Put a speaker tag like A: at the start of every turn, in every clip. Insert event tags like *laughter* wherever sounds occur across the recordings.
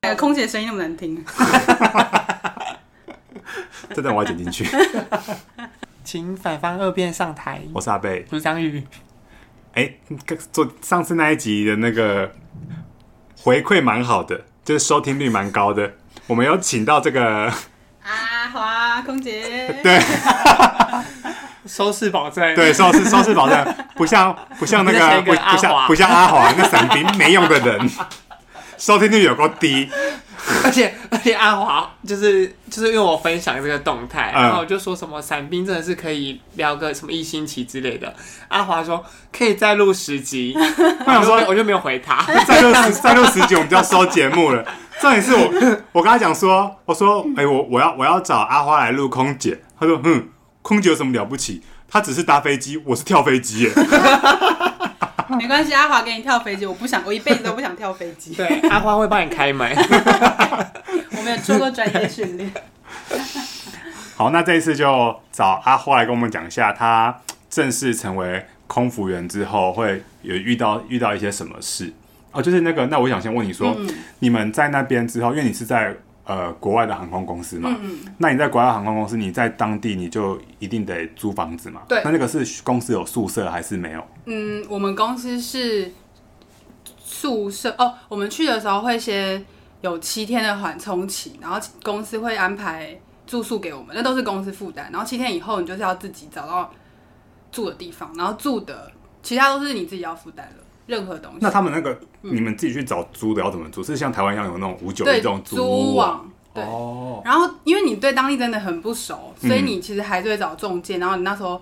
A: 个哎空姐声音那么难听，
B: 这段我要剪进去。 *laughs*
C: 请反方二辩上台。
B: 我是阿贝，
C: 我是张宇，
B: 哎、做上次那一集的那个回馈蛮好的，就是收听率蛮高的。我们有请到这
C: *laughs*
B: 个，
A: 阿华空姐，
B: 对
C: 收视保证。
B: 对，收视收视保证，不像不像那个
C: 你在讲一
B: 不
C: 个
B: 不
C: 阿
B: 像
C: 华
B: 不像阿华那伞兵没用的人，收听率有够低，
C: *laughs* 而且而且阿华就是就是因为我分享这个动态，
B: 嗯
C: 然后我就说什么伞兵真的是可以聊个什么一星期之类的。阿华说可以再录十集，我
B: 想说
C: 就没我就没有回他。
B: 再六十再六十集我们就要收节目了。重点是我我跟他讲说，我说哎、我我要我要找阿花来录空姐，他说嗯，空姐有什么了不起？她只是搭飞机，我是跳飞机耶。
A: 没关系，阿华给你跳飞机，我不想，我一辈子都不想跳飞机，
C: 对，阿花会帮你开门。
A: 我没有做过专业训
B: *laughs*
A: 练。
B: 好，那这一次就找阿花来跟我们讲一下，她正式成为空服员之后会有遇到遇到一些什么事哦，就是那个，那我想先问你说，
A: 嗯
B: 你们在那边之后，因为你是在呃国外的航空公司嘛，
A: 嗯
B: 那你在国外航空公司，你在当地你就一定得租房子嘛？
A: 对
B: 那那个是公司有宿舍还是没有？
A: 嗯，我们公司是宿舍哦，我们去的时候会先有七天的缓冲期，然后公司会安排住宿给我们，那都是公司负担。然后七天以后，你就是要自己找到住的地方，然后住的其他都是你自己要负担了，任何东西。
B: 那他们那个、
A: 嗯
B: 你们自己去找租的要怎么租？是像台湾一样有那种五九一
A: 对
B: 这种
A: 租
B: 屋啊？
A: 网对。
B: 哦，
A: 然后，因为你对当地真的很不熟，所以你
B: 嗯
A: 其实还是会找中介。然后你那时候，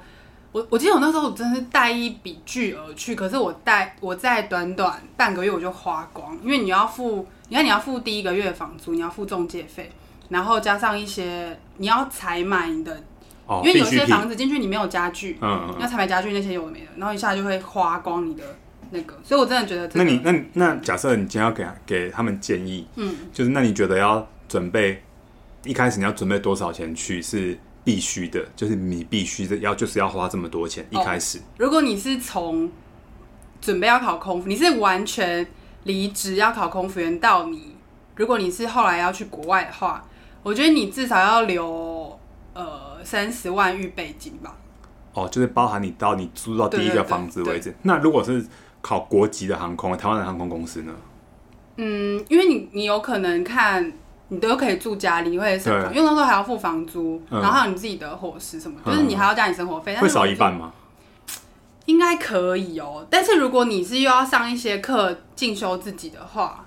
A: 我我记得我那时候我真的是带一笔巨额去，可是我带我在短短半个月我就花光，因为你要付，你看你要付第一个月的房租，你要付中介费，然后加上一些你要采买你的，
B: 哦，
A: 因为
B: 必
A: 有
B: 须
A: 些
B: 聘
A: 房子进去你没有家具，
B: 嗯嗯
A: 你要采买家具那些有的没的，然后一下就会花光你的那个，所以我真的觉得这
B: 那
A: 个
B: 你那你那假设你今天要给给他们建议，嗯，就是那你觉得要准备一开始你要准备多少钱去是必须的，就是你必须的要就是要花这么多钱一
A: 哦
B: 开始，
A: 如果你是从准备要考空服，你是完全离职要考空服员到你，如果你是后来要去国外的话，我觉得你至少要留呃三十万预备金吧。
B: 哦，就是包含你到你租到第一
A: 对对
B: 个
A: 对
B: 房子为止。那如果是考国籍的航空，台湾的航空公司呢？
A: 嗯，因为你你有可能看你都可以住家里，会省
B: 对
A: 空，因为那时候还要付房租，
B: 嗯
A: 然后还有你自己的伙食什么，
B: 嗯
A: 就是你还要加你生活费，但
B: 会
A: 是
B: 少
A: 如
B: 一
A: 果
B: 半吗？
A: 应该可以哦，但是如果你是又要上一些课进修自己的话，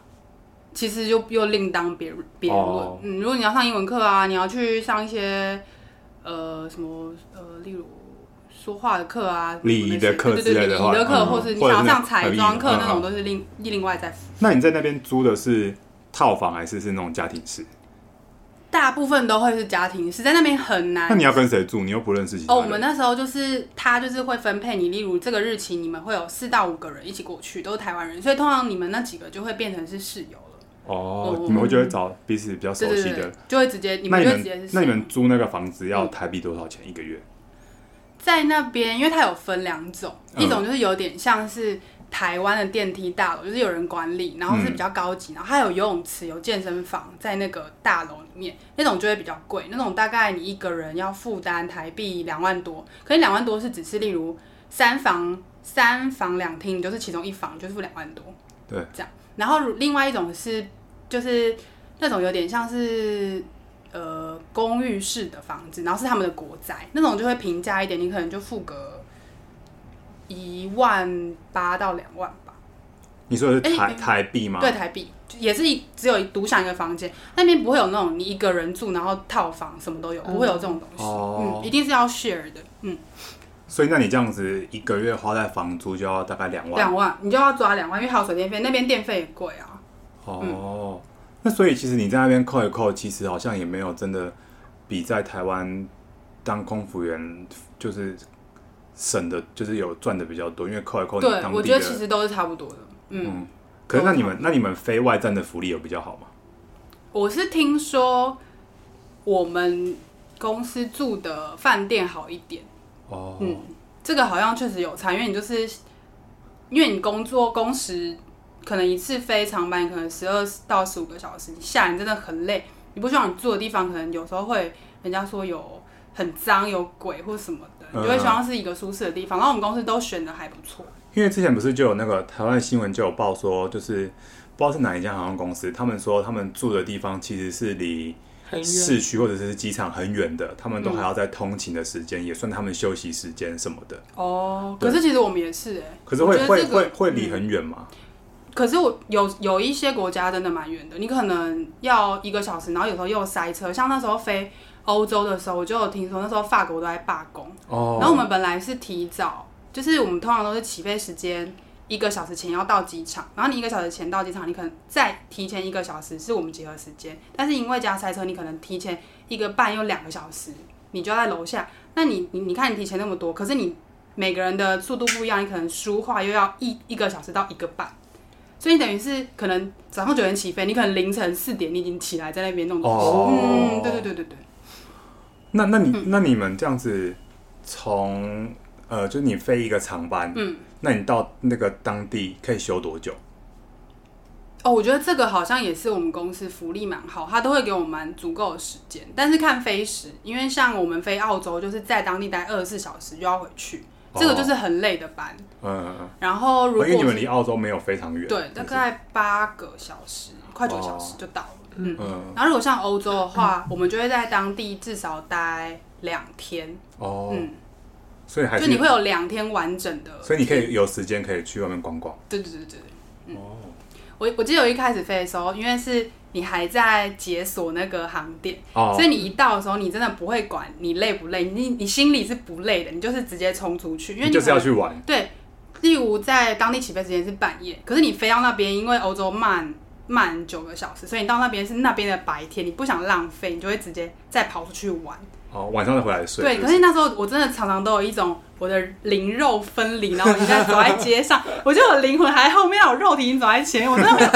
A: 其实就又另当别别论。
B: 哦
A: 嗯，如果你要上英文课啊，你要去上一些呃什么呃，例如说话的课啊，
B: 礼仪的课
A: 对对对，
B: 之类的
A: 礼
B: 话
A: 仪的课，
B: 嗯
A: 或是你
B: 或
A: 想
B: 者是
A: 要上
B: 那
A: 彩
B: 个
A: 妆
B: 礼
A: 课
B: 仪
A: 那
B: 嗯嗯
A: 种，都是另另外再付。
B: 那你在那边租的是套房还是是那种家庭式？
A: 大部分都会是家庭式，在那边很难
B: 那你要跟谁住？你又不认识其他
A: 啊哦，
B: 人。
A: 我们那时候就是他就是会分配你，例如这个日期你们会有四到五个人一起过去，都是台湾人，所以通常你们那几个就会变成是室友了。
B: 哦，
A: 我
B: 你们会就会找彼此比较熟
A: 对对
B: 悉的
A: 对，就会直接你
B: 那
A: 们就
B: 你
A: 会直接嗯是
B: 们那你
A: 室友
B: 们租那个房子要台币多少钱一个月？
A: 在那边，因为它有分两种，
B: 嗯
A: 一种就是有点像是台湾的电梯大楼，就是有人管理，然后是比较高级，然后它有游泳池、有健身房，在那个大楼里面，那种就会比较贵，那种大概你一个人要负担台币两万多，可是两万多是只是例如三房三房两厅，你就是其中一房就是付两万多，
B: 对，
A: 这样。然后如另外一种是就是那种有点像是呃公寓式的房子，然后是他们的国宅，那种就会平价一点，你可能就付个一万八到两万吧，
B: 你说的是
A: 哎
B: 台、
A: 嗯
B: 台币吗？
A: 对台币，就也是一只有一独享一个房间，那边不会有那种你一个人住然后套房什么都有，不会有这种东西，
B: 哦
A: 嗯，一定是要 share 的，嗯，
B: 所以那你这样子一个月花在房租就要大概两万。
A: 两万你就要抓两万，因为还有水电费，那边电费也贵啊，
B: 哦，那所以其实你在那边扣一扣，其实好像也没有真的比在台湾当空服员就是省的，就是有赚的比较多，因为扣一哦扣你
A: 对
B: 当，地
A: 我觉得
B: 的
A: 其实都是差不多的，嗯
B: 嗯。可是那你们那你们非外站的福利有比较好吗？
A: 我是听说我们公司住的饭店好一点，
B: 哦，
A: 嗯，这个好像确实有差，因为你就是因为你工作工时可能一次飞长班，可能十二到十五个小时，你下来你真的很累，你不希望你住的地方可能有时候会人家说有很脏、有鬼或什么的，你
B: 嗯
A: 就会希望是一个舒适的地方。然后我们公司都选的还不错，
B: 因为之前不是就有那个台湾新闻就有报说，就是不知道是哪一家航空公司，他们说他们住的地方其实是离
C: *laughs* 很远。
B: 市区或者是机场很远的，他们都还要在通勤的时间，也算他们休息时间什么的。
A: 哦，
B: 对
A: 可是其实我们也是哎、
B: 可是会、
A: 我觉得
B: 会
A: 这个嗯
B: 会会离很远嘛？
A: 可是我有有一些国家真的蛮远的，你可能要一个小时，然后有时候又塞车。像那时候飞欧洲的时候，我就有听说那时候法国都在罢工，
B: 哦
A: 然后我们本来是提早，就是我们通常都是起飞时间一个小时前要到机场，然后你一个小时前到机场，你可能再提前一个小时是我们集合时间，但是因为加塞车，你可能提前一个半又两个小时，你就要在楼下。那你你你看你提前那么多，可是你每个人的速度不一样，你可能书画又要一一个小时到一个半。所以等于是可能早上九点起飞，你可能凌晨四点你已经起来在那边弄东西。
B: 哦
A: 嗯，对对对对对。
B: 那那你、
A: 嗯
B: 那你们这样子从呃，就是你飞一个长班，嗯，那你到那个当地可以休多久？
A: 哦，我觉得这个好像也是我们公司福利蛮好，他都会给我们蛮足够的时间，但是看飞时，因为像我们飞澳洲就是在当地待二十四小时就要回去，这个就是很累的班。
B: 嗯嗯，嗯
A: 然后如果
B: 因为你们离澳洲没有非常远，
A: 对
B: 就
A: 大
B: 是
A: 概八个小时，快九小
B: 哦
A: 时就到了。嗯，
B: 嗯
A: 然后如果像欧洲的话，我们就会在当地至少待两天，
B: 哦，
A: 嗯
B: 所以还
A: 就是你会有两天完整的。
B: 所以你可以有时间可以去外面逛逛。
A: 对对对对对。嗯
B: 哦，
A: 我我记得我一开始飞的时候，因为是你还在解锁那个航点，
B: 哦
A: 所以你一到的时候，你真的不会管你累不累，你你心里是不累的，你就是直接冲出去，因为
B: 你
A: 你
B: 就是要
A: 可能
B: 去玩。
A: 对。例如在当地起飞时间是半夜，可是你飞到那边，因为欧洲慢慢九个小时，所以你到那边是那边的白天，你不想浪费，你就会直接再跑出去玩。
B: 哦，晚上再回来睡。
A: 对，
B: 就
A: 可是那时候我真的常常都有一种我的灵肉分离，然后我一直在走在街上，我就有灵魂还在后面，我肉体已经走在前面，我真的有，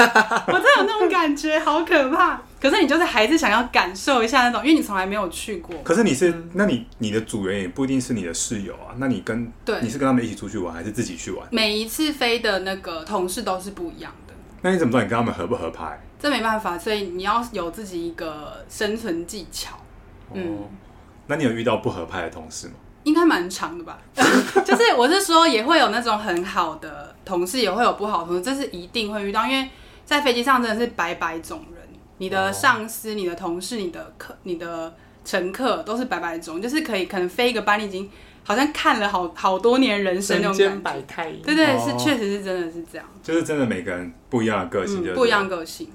A: 我真的有那种感觉，好可怕。可是你就是还是想要感受一下那种，因为你从来没有去过。
B: 可是你是，那你你的组员也不一定是你的室友啊。那你跟
A: 对
B: 你是跟他们一起出去玩，还是自己去玩？
A: 每一次飞的那个同事都是不一样的，
B: 那你怎么知道你跟他们合不合拍？
A: 这没办法，所以你要有自己一个生存技巧。嗯
B: 哦，那你有遇到不合拍的同事吗？
A: 应该蛮长的吧？ *laughs* 就是我是说，也会有那种很好的同事，也会有不好的同事，这是一定会遇到，因为在飞机上真的是百百种人，你
B: 哦
A: 的上司、你的同事、你的客、你的乘客都是百百种，就是可以可能飞一个班，你已经好像看了好好多年人生那
C: 人
A: 种
C: 间
A: 感
C: 百
A: 觉。
C: 态，
A: 对对，
B: 哦
A: 是确实是真的是这样，
B: 就是真的每个人不一样的个性，就是
A: 嗯，不一样。个性。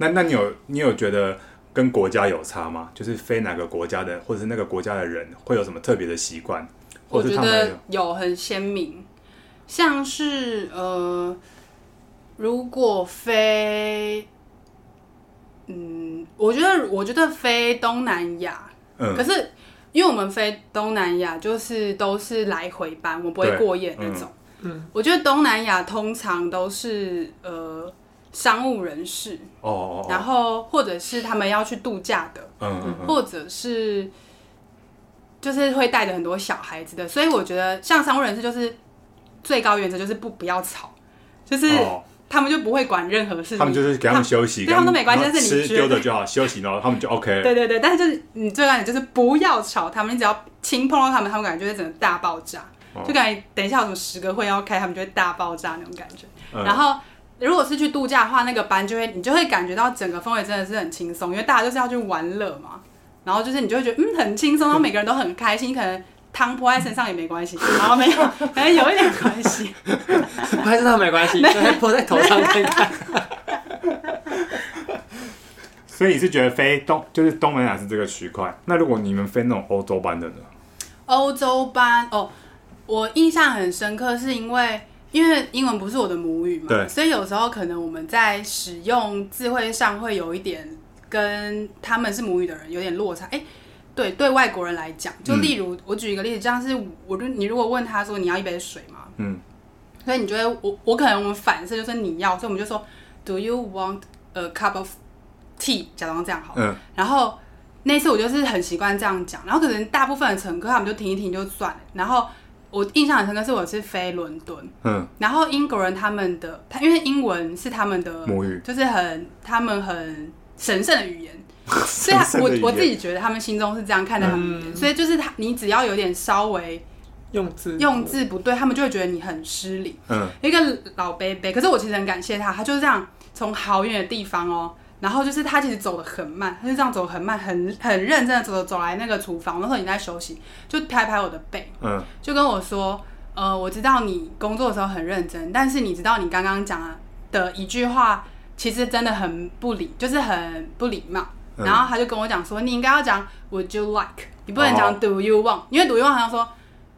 B: 那那你有你有觉得跟国家有差吗？就是非哪个国家的，或者是那个国家的人会有什么特别的习惯，或
A: 我
B: 者是
A: 觉
B: 他们有
A: 得有很鲜明，像是呃，如果飞，嗯，我觉得我觉得飞东南亚，可
B: 嗯
A: 是因为我们飞东南亚就是都是来回班，我不会
B: 对
A: 过夜那种。嗯，我觉得东南亚通常都是呃商务人士，
B: 哦哦哦
A: 然后或者是他们要去度假的。
B: 嗯嗯嗯
A: 或者是就是会带着很多小孩子的，所以我觉得像商务人士就是最高原则就是不不要吵，就是
B: 哦
A: 他们就不会管任何事情，
B: 他们就是给他们休息，
A: 对他们都没关系
B: 然后
A: 但是你
B: 吃
A: 觉得
B: 丢的就好，休息，然后他们就 OK
A: *laughs*
B: 了。
A: 对对对，但是就是你最高原则就是不要吵他们，你只要轻碰到他们，他们感觉就会整个大爆炸，
B: 哦
A: 就感觉等一下有什么十个会要开，他们就会大爆炸那种感觉。
B: 嗯
A: 然后如果是去度假的话，那个班就会你就会感觉到整个氛围真的是很轻松，因为大家就是要去玩乐嘛。然后就是你就会觉得嗯很轻松，然后每个人都很开心，可能汤泼在身上也没关系，然后没有，可能有一点关系，
C: 拍照没关
A: *laughs*
C: 系，就会泼在头上看看。
B: 所以你是觉得飞东就是东南亚是这个区块？那如果你们飞那种欧洲班的呢？
A: 欧洲班哦，我印象很深刻，是因为因为英文不是我的母语嘛，
B: 对
A: 所以有时候可能我们在使用智慧上会有一点跟他们是母语的人有点落差，哎、对，对外国人来讲，就
B: 嗯
A: 例如、我举一个例子，像是我就你如果问他说你要一杯水吗？
B: 嗯，
A: 所以你就会我我可能我们反射就是你要，所以我们就说 Do you want a cup of tea？假装这样好了，
B: 嗯
A: 然后那次我就是很习惯这样讲，然后可能大部分的乘客他们就停一停就算了，然后我印象很深刻，是我是飞伦敦， *laughs*
B: 嗯，
A: 然后英国人他们的，他因为英文是他们的
B: 母语
A: 就是很他们很神圣的语言，所以
B: 神圣的语
A: 啊我我
B: 言
A: 自己觉得他们心中是这样看待他们
B: 嗯
A: 语言，所以就是他你只要有点稍微
C: 用字
A: 用字不对，他们就会觉得你很失礼。
B: 嗯，
A: 有一个老伯伯，可是我其实很感谢他，他就是这样从好远的地方哦，然后就是他其实走得很慢，他就这样走得很慢，很很认真的走走来那个厨房，我那时候已经在休息，就拍拍我的背，
B: 嗯，
A: 就跟我说，呃，我知道你工作的时候很认真，但是你知道你刚刚讲的一句话，其实真的很不礼，就是很不礼貌。
B: 嗯
A: 然后他就跟我讲说，你应该要讲 Would you like，你不能
B: 哦
A: 讲 Do you want，、因为 Do you want 好像说，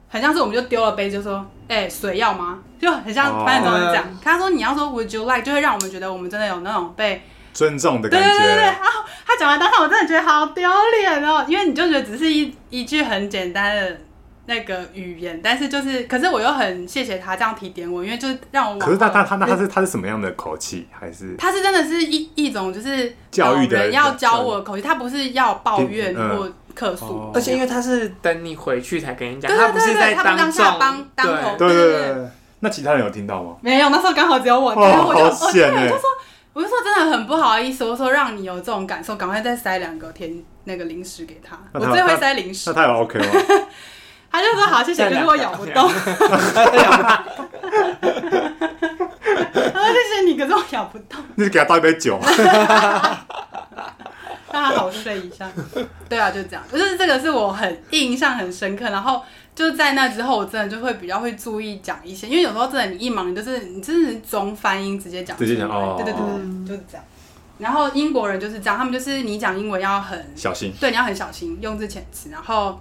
A: 很像是我们就丢了杯就说，哎、水要吗？就很
B: 哦
A: 像班长这样。他说你要说 Would you like，就会让我们觉得我们真的有那种被
B: 尊重的
A: 对
B: 感
A: 对对对，
B: 觉，
A: 然后他讲完当下，我真的觉得好丢脸哦，因为你就觉得只是一一句很简单的那个语言，但是就是，可是我又很谢谢他这样提点我，因为就是让我往
B: 可是他
A: 后
B: 他他那他是他是什么样的口气？还是
A: 他是真的是一一种就是
B: 教育的
A: 老人要教
B: 教育
A: 我的口气，他不是要抱怨
B: 嗯
A: 或客诉，
B: 哦
C: 而且因为他是等你回去才跟你讲，
A: 对对
C: 他不是
A: 对
C: 在
A: 他不当下
C: 众，
A: 帮当头对
B: 对对
A: 对
B: 对，那其他人有听到吗？
A: 没有，那时候刚好只有我，然后我就
B: 好
A: 我
B: 险哎！
A: 我就说真的很不好意思，我说让你有这种感受，赶快再塞两个甜那个零食给他，
B: 那
A: 我
B: 他
A: 最会
B: 他
A: 塞零食
B: 那，他有 OK 吗？ *laughs*
A: 他就说好谢谢，可是我咬不动。然后谢谢你，可是我咬不动，
B: 你给他倒一杯酒， *laughs*
A: 让他好睡一下。对啊，就这样，就是这个是我很印象很深刻。然后就在那之后，我真的就会比较会注意讲一些，因为有时候真的你一忙，你就是你真的是中翻英直接讲出来，
B: 直接讲哦
A: 对对对对，就是这样。然后英国人就是这样，他们就是你讲英文要很
B: 小心。
A: 对，你要很小心用字遣词。然后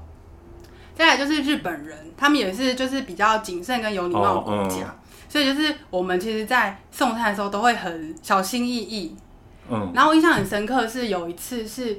A: 再来就是日本人，他们也是就是比较谨慎跟有礼貌的国家，
B: 哦
A: 所以就是我们其实，在送餐的时候都会很小心翼翼。
B: 嗯，
A: 然后我印象很深刻是有一次是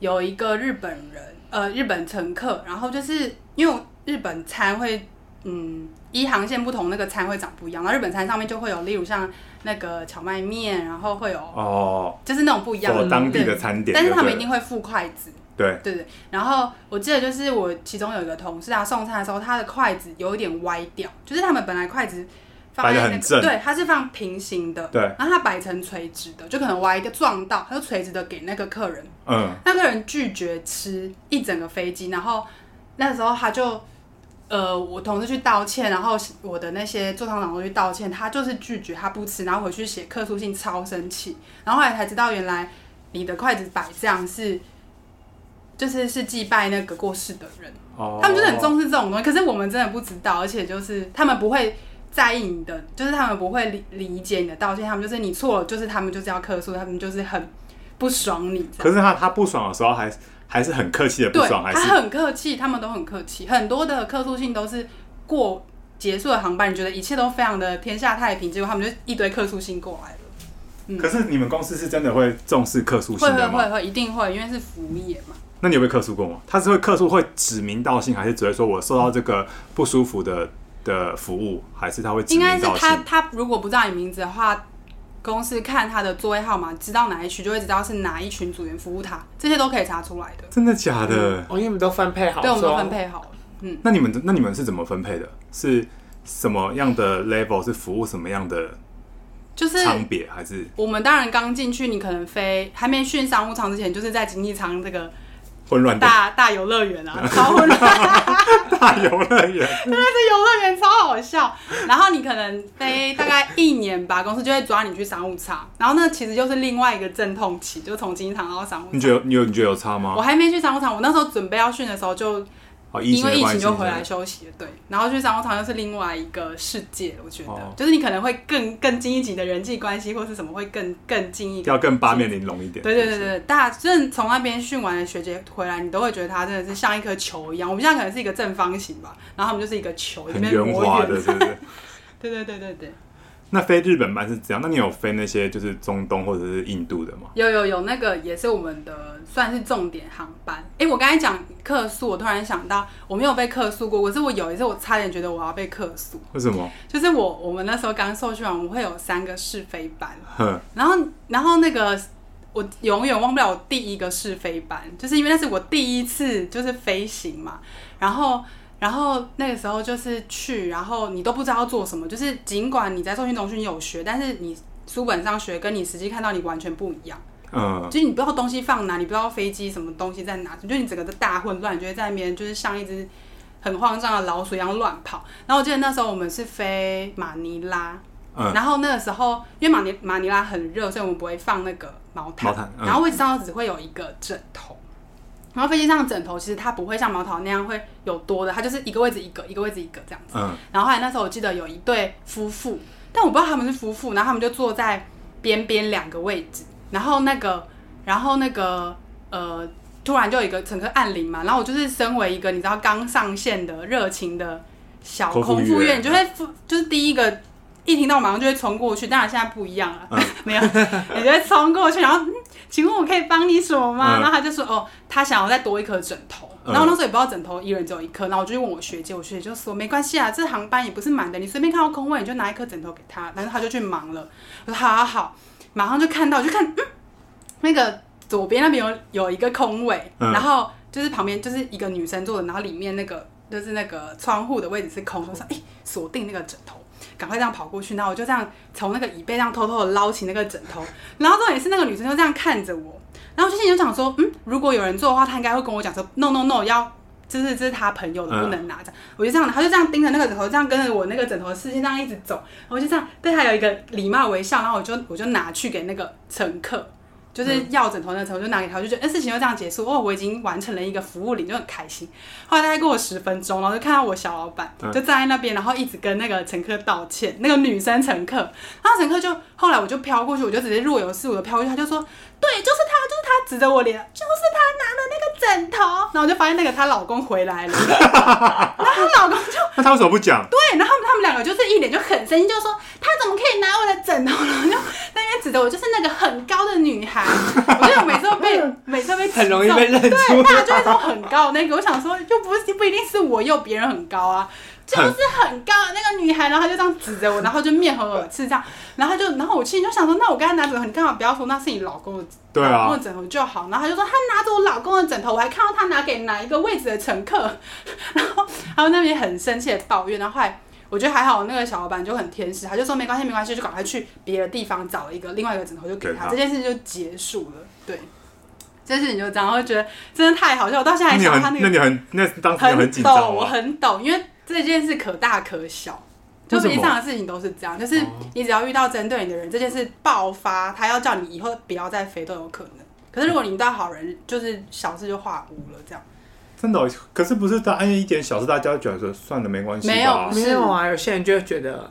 A: 有一个日本人，呃，日本乘客，然后就是因为日本餐会，嗯，一航线不同，那个餐会长不一样。然后日本餐上面就会有，例如像那个荞麦面，然后会有
B: 哦，
A: 就是那种不一样
B: 我
A: 的
B: 当地
A: 对
B: 的餐点就对了，
A: 但是他们一定会附筷子。
B: 对，
A: 对对，然后我记得就是我其中有一个同事啊，送餐的时候他的筷子有一点歪掉，就是他们本来筷子放在
B: 摆得
A: 那
B: 很
A: 个
B: 正
A: 对，它是放平行的，
B: 对
A: 然后它摆成垂直的，就可能歪一个撞到，它就垂直的给那个客人，
B: 嗯，
A: 那个人拒绝吃一整个飞机，然后那时候他就。呃，我同事去道歉，然后我的那些座舱长都去道歉，他就是拒绝，他不吃，然后回去写客诉信，超生气。然后后来才知道，原来你的筷子摆这样是，就是是祭拜那个过世的人，
B: 哦，
A: 他们就是很重视这种东西。可是我们真的不知道，而且就是他们不会在意你的，就是他们不会理理解你的道歉，他们就是你错了，就是他们就是要客诉，他们就是很不爽你。
B: 可是他他不爽的时候还是还是很客气的不
A: 对，
B: 爽，还
A: 他
B: 是
A: 很客气，他们都很客气，很多的客诉信都是过结束的航班，你觉得一切都非常的天下太平，结果他们就一堆客诉信过来了。嗯
B: 可是你们公司是真的会重视客诉
A: 会
B: 性
A: 会
B: 的吗
A: 会？会，一定会，因为是服务业嘛。
B: 那你有被客诉过吗？他是会客诉会指名道姓，还是只会说我受到这个不舒服的的服务，还是他会指
A: 应
B: 名
A: 该是
B: 道
A: 他
B: 姓？
A: 他如果不知道你名字的话，公司看他的座位号码，知道哪一区就会知道是哪一群组员服务他，这些都可以查出来的。
B: 真的假的？
C: 哦，因为我们都分配好，
A: 对，我们都
C: 说
A: 分配好了。嗯，
B: 那你们那你们是怎么分配的？是什么样的 level 是服务什么样的
A: 就是
B: 舱别，还是
A: 我们当然刚进去，你可能飞还没训商务舱之前，就是在经济舱这个
B: 混乱的
A: 大大游乐园啊， *laughs* 超混乱。
B: *laughs* 大游乐园？
A: 这游乐园超好笑。然后你可能飞大概一年吧，公司就会抓你去商务舱，然后那其实就是另外一个阵痛期，就从经济舱到商务舱。
B: 你觉得你有你觉得有差
A: 我
B: 吗？
A: 还没去商务舱，我那时候准备要训的时候就
B: 哦，
A: 因
B: 的
A: 为疫
B: 关
A: 情
B: 系
A: 就回来休息了，对。然后去商务舱又是另外一个世界，我觉得、
B: 哦
A: 就是你可能会更更近一级的人际关系或是什么会更更近一点。
B: 要更八面玲珑一点。
A: 对对
B: 是
A: 对
B: 不是，
A: 对，大家真的从那边训完的学姐回来，你都会觉得她真的是像一颗球一样。我们现在可能是一个正方形吧，然后他们就是一个球，里
B: 很
A: 面
B: 圆
A: 磨
B: 滑的，是不是？
A: 对对对对对。
B: 那飞日本班是这样，那你有飞那些就是中东或者是印度的吗？
A: 有有有，那个也是我们的算是重点航班。哎、我刚才讲客诉，我突然想到，我没有被客诉过，可是我有一次我差点觉得我要被客诉，
B: 为什么？
A: 就是我我们那时候刚受训完，我们会有三个试飞班，
B: 哼，
A: 然后然后那个我永远忘不了我第一个试飞班，就是因为那是我第一次就是飞行嘛，然后。然后那个时候就是去，然后你都不知道要做什么，就是尽管你在受训中心有学，但是你书本上学跟你实际看到你完全不一样。
B: 嗯，
A: 就是你不知道东西放哪，你不知道飞机什么东西在哪，就是你整个的大混乱，你就会在那边就是像一只很慌张的老鼠一样乱跑。然后我记得那时候我们是飞马尼拉，
B: 嗯
A: 然后那个时候因为马尼马尼拉很热，所以我们不会放那个毛毯，
B: 毛毯嗯
A: 然后位置上只会有一个枕头。然后飞机上的枕头其实它不会像毛毯那样会有多的，它就是一个位置一个，一个位置一个这样子。
B: 嗯
A: 然后后来那时候我记得有一对夫妇，但我不知道他们是夫妇，然后他们就坐在边边两个位置，然后那个，然后那个，呃，突然就有一个乘客按铃嘛，然后我就是身为一个你知道刚上线的热情的小
B: 空服
A: 空服
B: 员
A: 员，你就会付就是第一个。一听到我马上就会冲过去，当然现在不一样
B: 嗯
A: 了， *laughs* 没有，你就会冲过去，然后、嗯、请问我可以帮你什么吗？
B: 嗯
A: 然后他就说哦，他想要再多一颗枕头，
B: 嗯
A: 然后那时候也不知道枕头一人只有一颗，然后我就去问我学姐，我学姐就说没关系啊，这航班也不是满的，你随便看到空位你就拿一颗枕头给他，然后他就去忙了。我说好好好，马上就看到，我就看嗯，那个左边那边有有一个空位，
B: 嗯
A: 然后就是旁边就是一个女生坐的，然后里面那个就是那个窗户的位置是空，我说哎锁定那个枕头。赶快这样跑过去，然后我就这样从那个椅背上偷偷的捞起那个枕头，然后重点是那个女生就这样看着我，然后我就心里就想说，嗯，如果有人做的话，她应该会跟我讲说，no no no，要就是这是她朋友的，
B: 嗯
A: 不能拿这样。我就这样，她就这样盯着那个枕头，这样跟着我那个枕头的视线这样一直走，然后我就这样对她有一个礼貌微笑，然后我就我就拿去给那个乘客。
B: 嗯
A: 就是要枕头那个乘客，我就拿给他，我就觉得，哎、事情就这样结束哦，我已经完成了一个服务领，就很开心。后来大概过了十分钟，然后就看到我小老板
B: 嗯
A: 就站在那边，然后一直跟那个乘客道歉，那个女生乘客，然后乘客就后来我就飘过去，我就直接若有似无的飘过去，他就说，对，就是他，就是他指着我脸，就是他拿了那个枕头，然后我就发现那个她老公回
C: *laughs*
A: 来了，然后她老公就
B: 那他为什么不讲？
A: 对，然后他们他们两个就是一脸就很生气，就说她怎么可以拿我的枕头，然后就在那边指着我，就是那个很高的女孩，我就每次都
C: *laughs*
A: 被每次都被
C: 很容
A: 击
C: 易
A: 中
C: 被认出
A: 对，大家就会说很高的那个，我想说又不是不一定是我，又别人很高啊，就是很高的那个女孩，然后她就这样指着我，然后就面红耳赤这样，然后她就然后我心里就想说，那我刚才拿枕头，你干嘛不要说那是你老公的
B: 对
A: 老公
B: 啊，
A: 的枕头就好。然后他就说他拿着我老公的枕头，我还看到他拿给哪一个位置的乘客， *laughs* 然后他们那边很生气的抱怨。然后后来我觉得还好，那个小老板就很天使，他就说没关系没关系，就赶快去别的地方找一个另外一个枕头就给
B: 给
A: 他，
B: 他
A: 这件事就结束了。对，这件事情就这样，我就觉得真的太好笑，我到现在
B: 那
A: 还
B: 你
A: 想到他
B: 很
A: 那
B: 那
A: 个
B: 你很那当啊时你
A: 很
B: 很紧
A: 抖，
B: 张啊
A: 我
B: 吗？
A: 很抖，因为这件事可大可小。就
B: 为什
A: 实
B: 么哦
A: 际上的事情都是这样，就是你只要遇到针对你的人，这件事爆发，他要叫你以后不要再飞都有可能。可是如果你遇到好人，就是小事就化无了，这样
B: 真的
A: 啊
B: 哦，可是不是大一点小事，大家觉得说算了没关系吧？
A: 没有
C: *laughs* 没有啊，有些人就会觉得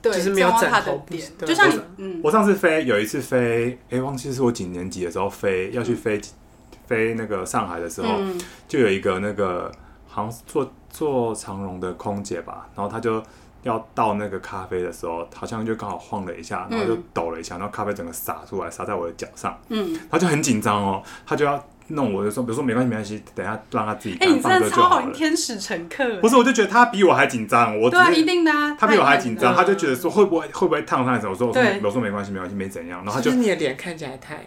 A: 对，
C: 就是没有
A: 掌握他
C: 枕
A: 的
C: 头不
A: 点
C: 是，对
B: 啊
A: 就像你
C: 我
A: 嗯，
B: 我上次飞有一次飞，哎、忘记是我几年级的时候飞，要去飞飞那个上海的时候，
A: 嗯
B: 就有一个那个好像是做做长荣的空姐吧，然后她就要倒那个咖啡的时候，好像就刚好晃了一下，然后就
A: 嗯
B: 抖了一下，然后咖啡整个洒出来，洒在我的脚上，
A: 嗯，
B: 她就很紧张哦，她就要弄我，就说，比如说没关系没关系，等一下让她自己
A: 哎、
B: 干
A: 你真
B: 放
A: 的
B: 着就
A: 超
B: 好
A: 好，你
B: 了。
A: 天使乘客，
B: 不是，我就觉得她比我还紧张，我只
A: 对啊，
B: 是
A: 一定的啊，
B: 他比我还紧张，
A: 一定的
B: 他就觉得说会不会会不会烫伤什么？我说我说
A: 对
B: 我说没关系没关系没怎样，然后他
C: 就
B: 就是
C: 你的脸看起来太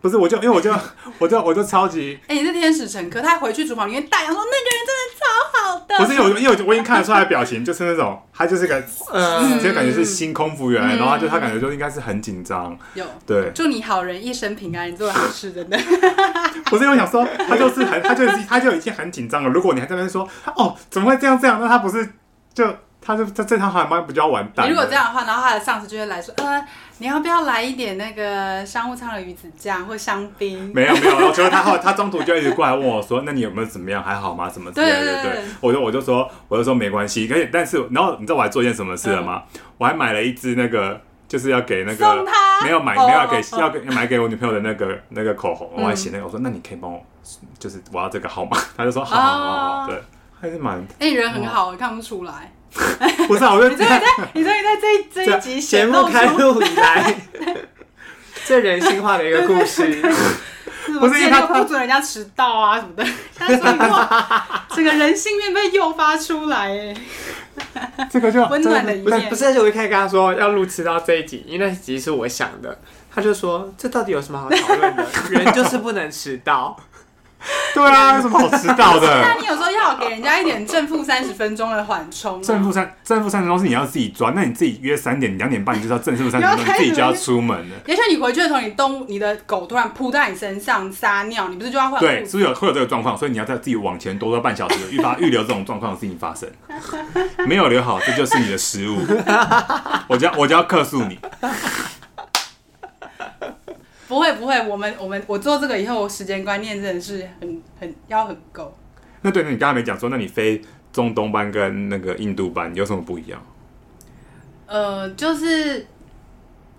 B: 不是我就因为我就 *laughs* 我就我就超级
A: 哎、你是天使乘客，他还回去厨房里面大扬说那个人真的超好的，
B: 不是因为我因为我我已经看得出来表情就是那种他就是个
C: 呃
B: 就感觉是新空服员，
A: 嗯
B: 然后他就他感觉就应该是很紧张，
A: 有
B: 对，
A: 祝你好人一生平安，你做了好事真的，
B: 不是因为我想说他就是很他就是他就已经很紧张了，如果你还在那边说哦怎么会这样这样，那他不是就他就这这趟航班不就要完蛋
A: 你
B: 了？
A: 如果这样的话，然后他的上司就会来说，呃，你要不要来一点那个商务舱的鱼子酱或香槟？
B: 没有没有，然后结果他后他中途就一直过来问我说：“那你有没有怎么样？还好吗？什么之类的？”
A: 对对对
B: 我就我就说我就说没关系，可以。但是然后你知道我还做一件什么事了吗？我还买了一支那个就是要给那
A: 嗯送
B: 个
A: 他
B: 没有买
A: 哦
B: 没有要给、
A: 哦哦
B: 要给买给我女朋友的那个那个口红，
A: 嗯
B: 我还写那个我说：“那你可以帮我，就是我要这个号码。” *laughs* 他就说：“好好好
A: 哦
B: 好。对，还是蛮
A: 哎、你人很好，看
B: 哦
A: 不出来。
B: 不是啊，我就
A: *laughs* 你终于在，你终于在这一这
B: 这
A: 一集
C: 节
A: 显露
C: 目
A: 出
C: 开录以来 *laughs* 最人性化的一个故事，
A: 什么
B: 不是因为
A: 那
B: 他
A: 个不准人家迟到啊什么的，但是哇，整个人性面被诱发出来，哎，
B: *laughs* 嗯这个就
A: 温暖的一
C: 不是
A: 面
C: 不。是，而且我一开始跟他说要录迟到这一集，因为那集是我 *laughs* 想的，他就说这到底有什么好讨论的？人就是不能迟到，
B: 对啊，有什么好迟到
A: 那
B: 的？ *laughs*
A: 你有时候要给人家一点正负三十分钟的缓冲啊，
B: 正负三正负三十分钟是你要自己抓，那你自己约三点两点半，你就知道正负三十
A: *laughs*
B: 分
A: 你
B: 钟
A: 要开始
B: 自己就要出门了。
A: 也许你回去的时候，你动物、你的狗突然扑在你身上撒尿，你不是就要会有
B: 对，
A: 肚子
B: 是不是有会有这个状况？所以你要在自己往前多多半小时，预发预留这种状况的事情发生。没有留好，这就是你的失误。 *laughs* 我就要我就要克诉你。
A: 不会不会，我们我们我做这个以后，我时间观念真的是很很要很够。
B: 那对，那你刚才没讲说，那你飞中东班跟那个印度班有什么不一样？
A: 呃，就是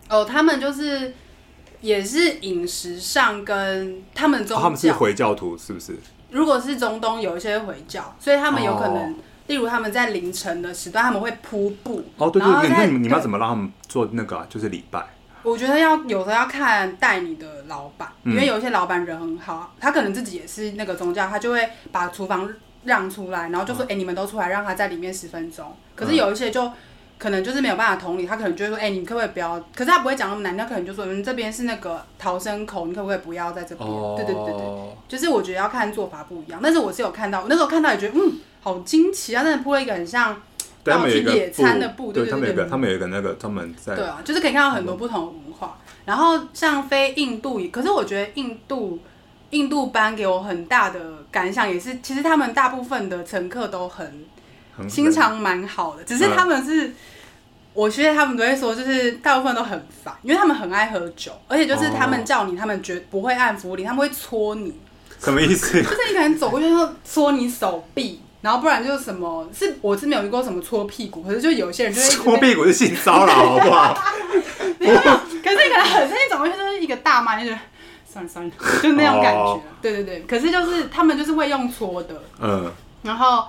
A: 哦，他们就是也是饮食上跟他们宗
B: 哦
A: 教，
B: 他们是回教徒是不是？
A: 如果是中东有一些回教，所以他们有可能，
B: 哦
A: 例如他们在凌晨的时段，他们会铺布。
B: 哦，对
A: 然后
B: 对，那
A: 在
B: 你们你们要
A: 对
B: 怎么让他们做那个、啊、就是礼拜？
A: 我觉得要有时候要看带你的老板，
B: 嗯
A: 因为有一些老板人很好，他可能自己也是那个宗教，他就会把厨房让出来，然后就说：“哎、你们都出来，让他在里面十分钟。”可是
B: 嗯
A: 有一些就。可能就是没有办法同理，他可能就会说：“哎、你可不可以不要？”可是他不会讲那么难，他可能就说：“嗯，这边是那个逃生口，你可不可以不要在这边？”
B: 哦
A: 对对对对，
C: 哦
A: 就是我觉得要看做法不一样。但是我是有看到，那时候看到也觉得嗯，好惊奇啊！真的铺了一个很像
B: 对，他们有一
A: 然后去
B: 个
A: 野餐的布对对
B: 对他们有
A: 对
B: 一个
A: 对
B: 他们有一个那个他们在
A: 对啊，就是可以看到很多不同的文化。然后像非印度也，可是我觉得印度印度班给我很大的感想，也是其实他们大部分的乘客都很
B: 很嗯
A: 心肠蛮好的，只是他们是。我觉得他们都会说，就是大部分都很烦，因为他们很爱喝酒，而且就是他们叫你，他们绝不会按服务铃，他们会搓你，
B: 什么意
A: *laughs*
B: 思？
A: 就是你可能走过去就搓你手臂，然后不然就是什么，是我是没有遇过什么搓屁股，可是就有些人就会一直被
B: 搓屁股是性骚扰，好不好？
A: *laughs* 可是可能很那种，就是一个大妈，就觉得算了算了，就那种感觉。
B: 哦
A: 对对对，可是就是他们就是会用搓的，
B: *laughs* 嗯，
A: 然后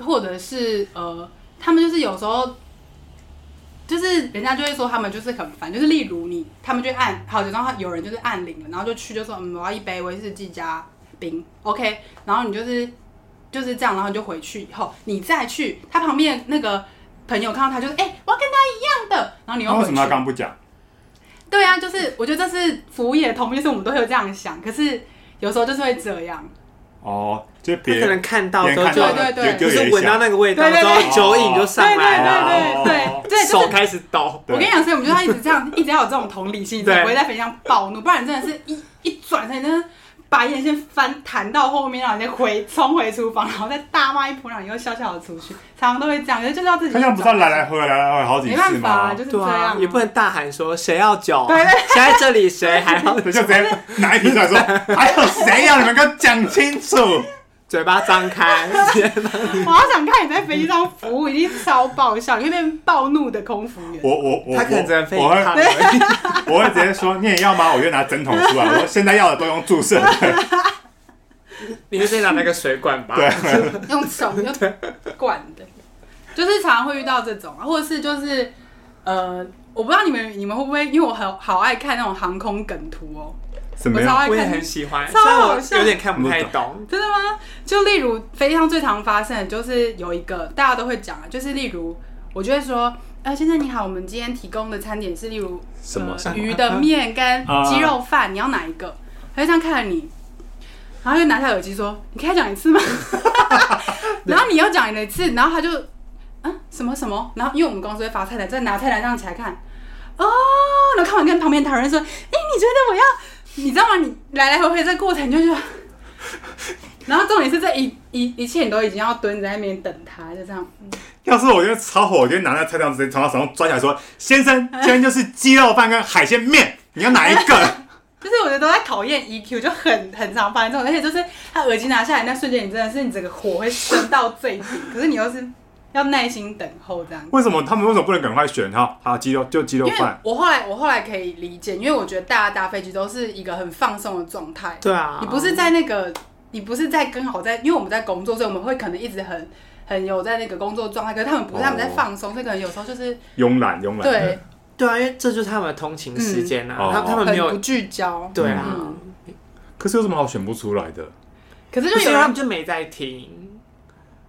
A: 或者是呃，他们就是有时候。就是人家就会说他们就是很烦，就是例如你，他们就按好，然后有人就是按铃了，然后就去就说嗯我要一杯威士忌加冰，OK，然后你就是就是这样，然后你就回去以后，你再去他旁边那个朋友看到他就是哎、我要跟他一样的，然后你又
B: 那
A: 回
B: 为
A: 去。
B: 哦什么要刚不讲？就是
A: 对啊，就是我觉得这是服务业的通病，就是我们都会有这样想，可是有时候就是会这样。
B: 哦，就
C: 他
B: 别
C: 可能看到之后
B: 看
C: 就
B: 到
A: 对对对
B: 就
C: 就
B: 有
C: 是
B: 一
C: 闻到
B: 下
C: 那个味道
A: 对对
C: 之后
A: 对，
C: 酒瘾就上来了，
A: 对对
B: 哦
A: 对对对，就
C: 手
A: 是。
C: 开始抖。
A: 我跟你讲，所以我们就要一直这样，一直要有这种同理心，你才
C: 对
A: 不会在飞机上暴怒，不然你真的是一一转身，你真的把眼线翻弹到后面，然后你再回冲回厨房，然后再大骂一扑，然后你又笑笑的出去，常常都会这样，就是要自己。
B: 他像不是要来来回来来来回好几
A: 没
B: 次
A: 办
B: 吗
A: 法，？就是这
C: *laughs* 对
A: 样啊，，
C: 啊也不能大喊说谁要酒啊，
A: 对对
C: *laughs* 谁在这里谁还要 *laughs*
B: 他就直接拿一瓶出来说：“还有谁呀、你们给我讲清楚
C: 嘴巴张
A: *laughs*
C: 开，
A: 我好想看你在飞机上服务一定超爆笑，你会变暴怒的空服！”员。
B: 我我我
C: 他可能只能
B: 我
C: 飞
B: 我
C: 一趟
B: 会
C: 而已。
B: *laughs* 我会直接说：“你也要吗？”我就拿针筒出来，我说：“现在要的都用注
C: *laughs*
B: 射的。
C: 你就先拿那个水管吧。
B: 对
A: *laughs* 用手用管的，就是常常会遇到这种啊，或者是就是呃，我不知道你们你们会不会，因为我很好爱看那种航空梗图哦，”
B: 怎么
A: 我超
B: 样？
A: 爱
C: 我也
A: 看
C: 很。喜欢，
A: 超
C: 虽然我
A: 好笑
C: 有点看不太懂。
A: 真的吗？就例如飞机上最常发生的就是有一个大家都会讲啊，就是例如我就会说，呃，先生你好，我们今天提供的餐点是例如
B: 什么
A: 呃、鱼的面跟
B: 啊
A: 鸡肉饭，你要哪一个？他就这样看着你，然后又拿下耳机说：“你可以讲一次吗？”然后你又讲了一次，然后他就啊什么什么，然后因为我们公司会发菜单，再拿菜单这样起来看，哦，然后看完跟旁边讨论说：“哎、你觉得我要？你知道吗？你来来回回这个过程，你就觉得。” *laughs* 然后重点是这一一一切你都已经要蹲在那边等他，就这样。
B: 要是我就超火，我就拿那菜单直接从他手上抓起来说：“先生，今天就是鸡肉饭跟海鲜面，你要哪一个 *laughs*
A: 就是我觉得都在考验 EQ，就很很常发生这种，而且就是他耳机拿下来那瞬间，你真的是你整个火会升到最顶，可是你又是要耐心等候这样？”。
B: 为什么他们为什么不能赶快选哈？好，鸡肉就鸡肉
A: 因为
B: 饭。
A: 我后来我后来可以理解，因为我觉得大家搭飞机都是一个很放松的状态，
C: 对啊，
A: 你不是在那个，你不是在跟好在，因为我们在工作，所以我们会可能一直很很有在那个工作状态，可是他们不是，
B: 哦
A: 他们在放松，所以可能有时候就是
B: 慵懒慵懒。
A: 对
C: 对啊，因为这就是他们的通勤时间
B: 嗯
C: 啊，他
B: 哦
C: 他们没
A: 很不
C: 有
A: 聚焦，
C: 对啊，
A: 嗯
B: 可是有什么好选不出来的？
A: 可是
C: 不
A: 就是
C: 因
A: 有
C: 为他
A: 人
C: 们就没在听，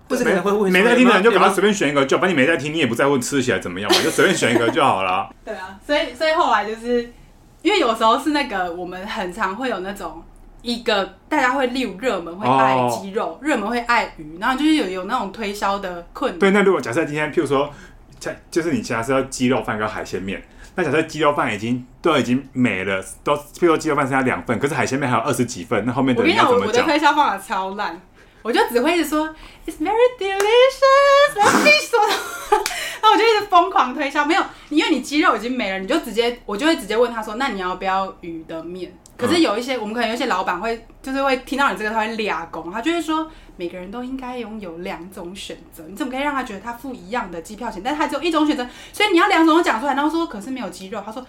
C: 或者可能会问
B: 没在听的人就赶快随
C: 便
B: 便选一个，就反正你没在听，你也不在乎吃起来怎么样嘛，就随便选一个就好了。
A: 对啊，所以所以后来就是因为有时候是那个我们很常会有那种。一个大家会例如热门会爱鸡肉，热、门会爱鱼，然后就是有有那种推销的困难。
B: 对，那如果假设今天，譬如说，假就是你假设要鸡肉饭跟海鲜面，那假设鸡肉饭已经都已经没了，都譬如说鸡肉饭剩下两份，可是海鲜面还有二十几份，那后面
A: 我
B: 的
A: 跟
B: 人
A: 你讲，
B: 要
A: 我我
B: 怎么
A: 的
B: 讲？
A: 推销方法超烂，我就只会一直说 it's very delicious，然后一直说， *laughs* 然后我就一直疯狂推销。没有，因为你鸡肉已经没了，你就直接我就会直接问他说，那你要不要鱼的面？可是有一些、我们可能有一些老板会就是会听到你这个他会俩工，他就会说每个人都应该拥有两种选择，你怎么可以让他觉得他付一样的机票钱，但是他只有一种选择，所以你要两种都讲出来。然后说可是没有鸡肉，他说。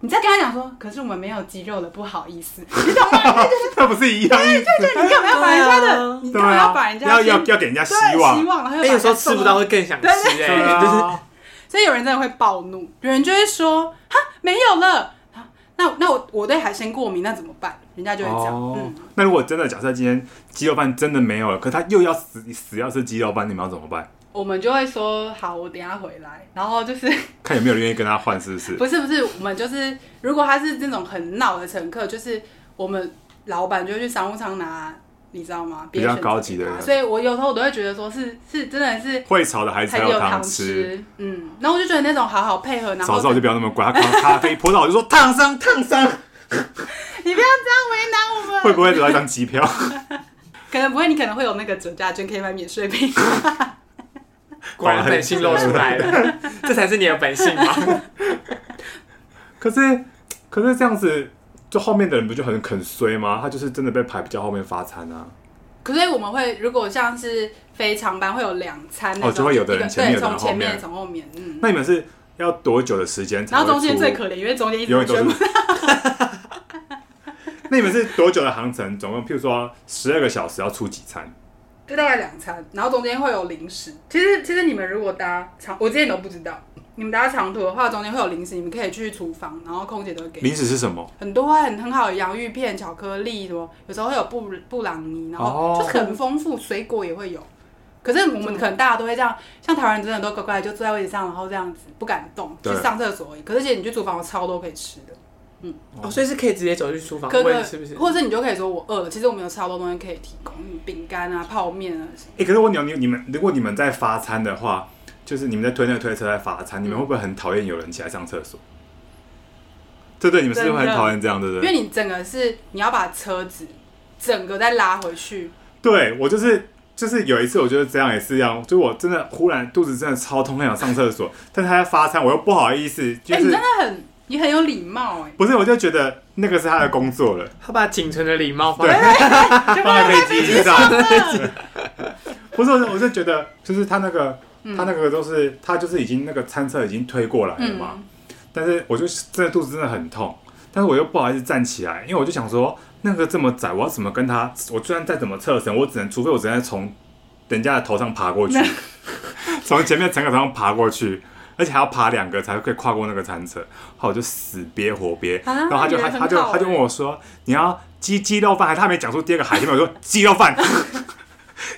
A: 你再跟他讲说，可是我们没有鸡肉了，不好意思，你懂吗？
B: 那不是一样意思？
A: 对，你干嘛要把人家
C: 对
A: 的
C: 啊？
A: 你
B: 对
A: 干嘛要把
B: 啊
A: 人，家
B: 要
A: 先
B: 要要给人家希
A: 对
B: 望
A: 希，望，然后又
C: 哎，
A: 把
C: 有时
A: 人
C: 候
A: 家送啊
C: 吃不到
A: 到
C: 会更想吃
A: 对对
B: 对
C: 哎，就是
B: 啊，
A: 所以有人真的会暴怒，有人就会说哈没有了，啊那那我我对海鲜过敏，那怎么办？人家就会这样，
B: 哦
A: 嗯，，
B: 那如果真的假设今天鸡肉饭真的没有了，可他又要死死要吃鸡肉饭，你们要怎么办？
A: 我们就会说好，我等一下回来，然后就是 *laughs*
B: 看有没有人愿意跟他换，是不是？
A: 不是不是，我们就是如果他是那种很闹的乘客，就是我们老板就会去商务舱拿，你知道吗？
B: 比
A: 别
B: 较
A: 人选择
B: 高级的
A: 给他
B: 人
A: 所以我有时候我都会觉得说是是真的是
B: 会炒的孩子才
A: 很有
B: 汤
A: 糖。吃，嗯，然后我就觉得那种好好配合，然后
B: 早知道我就不要那么乖，他
A: *laughs*
B: 咖咖啡泼到我就说烫伤烫伤，
A: 你不要这样为难我们。
B: 会不会得到一张机票？
A: 可能不会，你可能会有那个折价券，可以买免税品。 *laughs*
C: 果然本性露出
B: *laughs*
C: 来了，
B: 啊
C: 这才是你的本性嘛。
B: 可是可是这样子，就后面的人不就很肯衰吗？他就是真的被排比较后面发餐啊。
A: 可是我们会，如果像是非常班会有两餐那
B: 哦
A: 种，
B: 就会有的人
A: 一个
B: 前面有
A: 对，从
B: 的人
A: 前
B: 后面
A: 面从后面，嗯。
B: 那你们是要多久的时间才
A: 然
B: 会
A: 后
B: 出？
A: 中间最可怜，因为中间一
B: 永
A: 直
B: 远都
A: 全部
B: 是。 *laughs* 那你们是多久的航程？总共譬如说十二个小时要出几
A: *laughs*
B: 餐？
A: 就大概两餐，然后中间会有零食。其实其实你们如果搭长，我之前都不知道，你们搭长途的话，中间会有零食，你们可以去厨房，然后空姐都会给你
B: 零食是什么？
A: 很多啊很很好的洋芋片、巧克力什么，有时候会有布布朗尼，然
B: 哦
A: 后就是很丰富，水果也会有。可是我们可能大家都会这样，像台湾人真的都乖乖地就坐在位置上，然后这样子不敢动，去
B: 对
A: 上厕所而已。可是姐，你去厨房，我超多可以吃的。
C: 哦，所以是可以直接走去厨房
A: 哥哥
C: 问是不是？
A: 或者是你就可以说我饿了，其实我们有超多东西可以提供，饼干啊、泡面啊什么。
B: 哎、可是我你你们，如果你们在发餐的话，就是你们在推那个推车在发餐，你
A: 嗯
B: 们会不会很讨厌有人起来上厕所？对对，你们是不是会很
A: 真的
B: 讨厌这样，对不
A: 因
B: 对？
A: 为你整个是你要把车子整个再拉回去，
B: 对我就是就是有一次，我觉得这样也是一样，就我真的忽然肚子真的超痛，很想上厕
A: *laughs*
B: 所，但是他在发餐，我又不好意思，就
A: 哎、你
B: 是、
A: 真的很你很有礼貌哎、
B: 不是，我就觉得那个是他的工作了，
C: 他把仅存的礼貌放
B: 对，
A: 就
B: 放在飞机
A: *laughs*
B: 上。
A: 上，
B: 不是，我就我就觉得，就是他那个，
A: 嗯
B: 他那个都是，他就是已经那个餐车已经推过来了嘛。
A: 嗯
B: 但是我就真的肚子真的很痛，但是我又不好意思站起来，因为我就想说，那个这么窄，我要怎么跟他？我就算再怎么侧身，我只能，除非我只能从人家的头上
A: *laughs*
B: 爬过去，从前面乘客头上爬过去。而且还要爬两个才可以跨过那个餐车，好，我就死憋活憋，
A: 啊
B: 然后他就
A: 你
B: 他
A: 人
B: 他
A: 很
B: 就
A: 好
B: 他就
A: 欸
B: 问我说：“你要鸡鸡肉饭？”还他还没讲出第二个海鲜面，我说 *laughs* 鸡肉饭，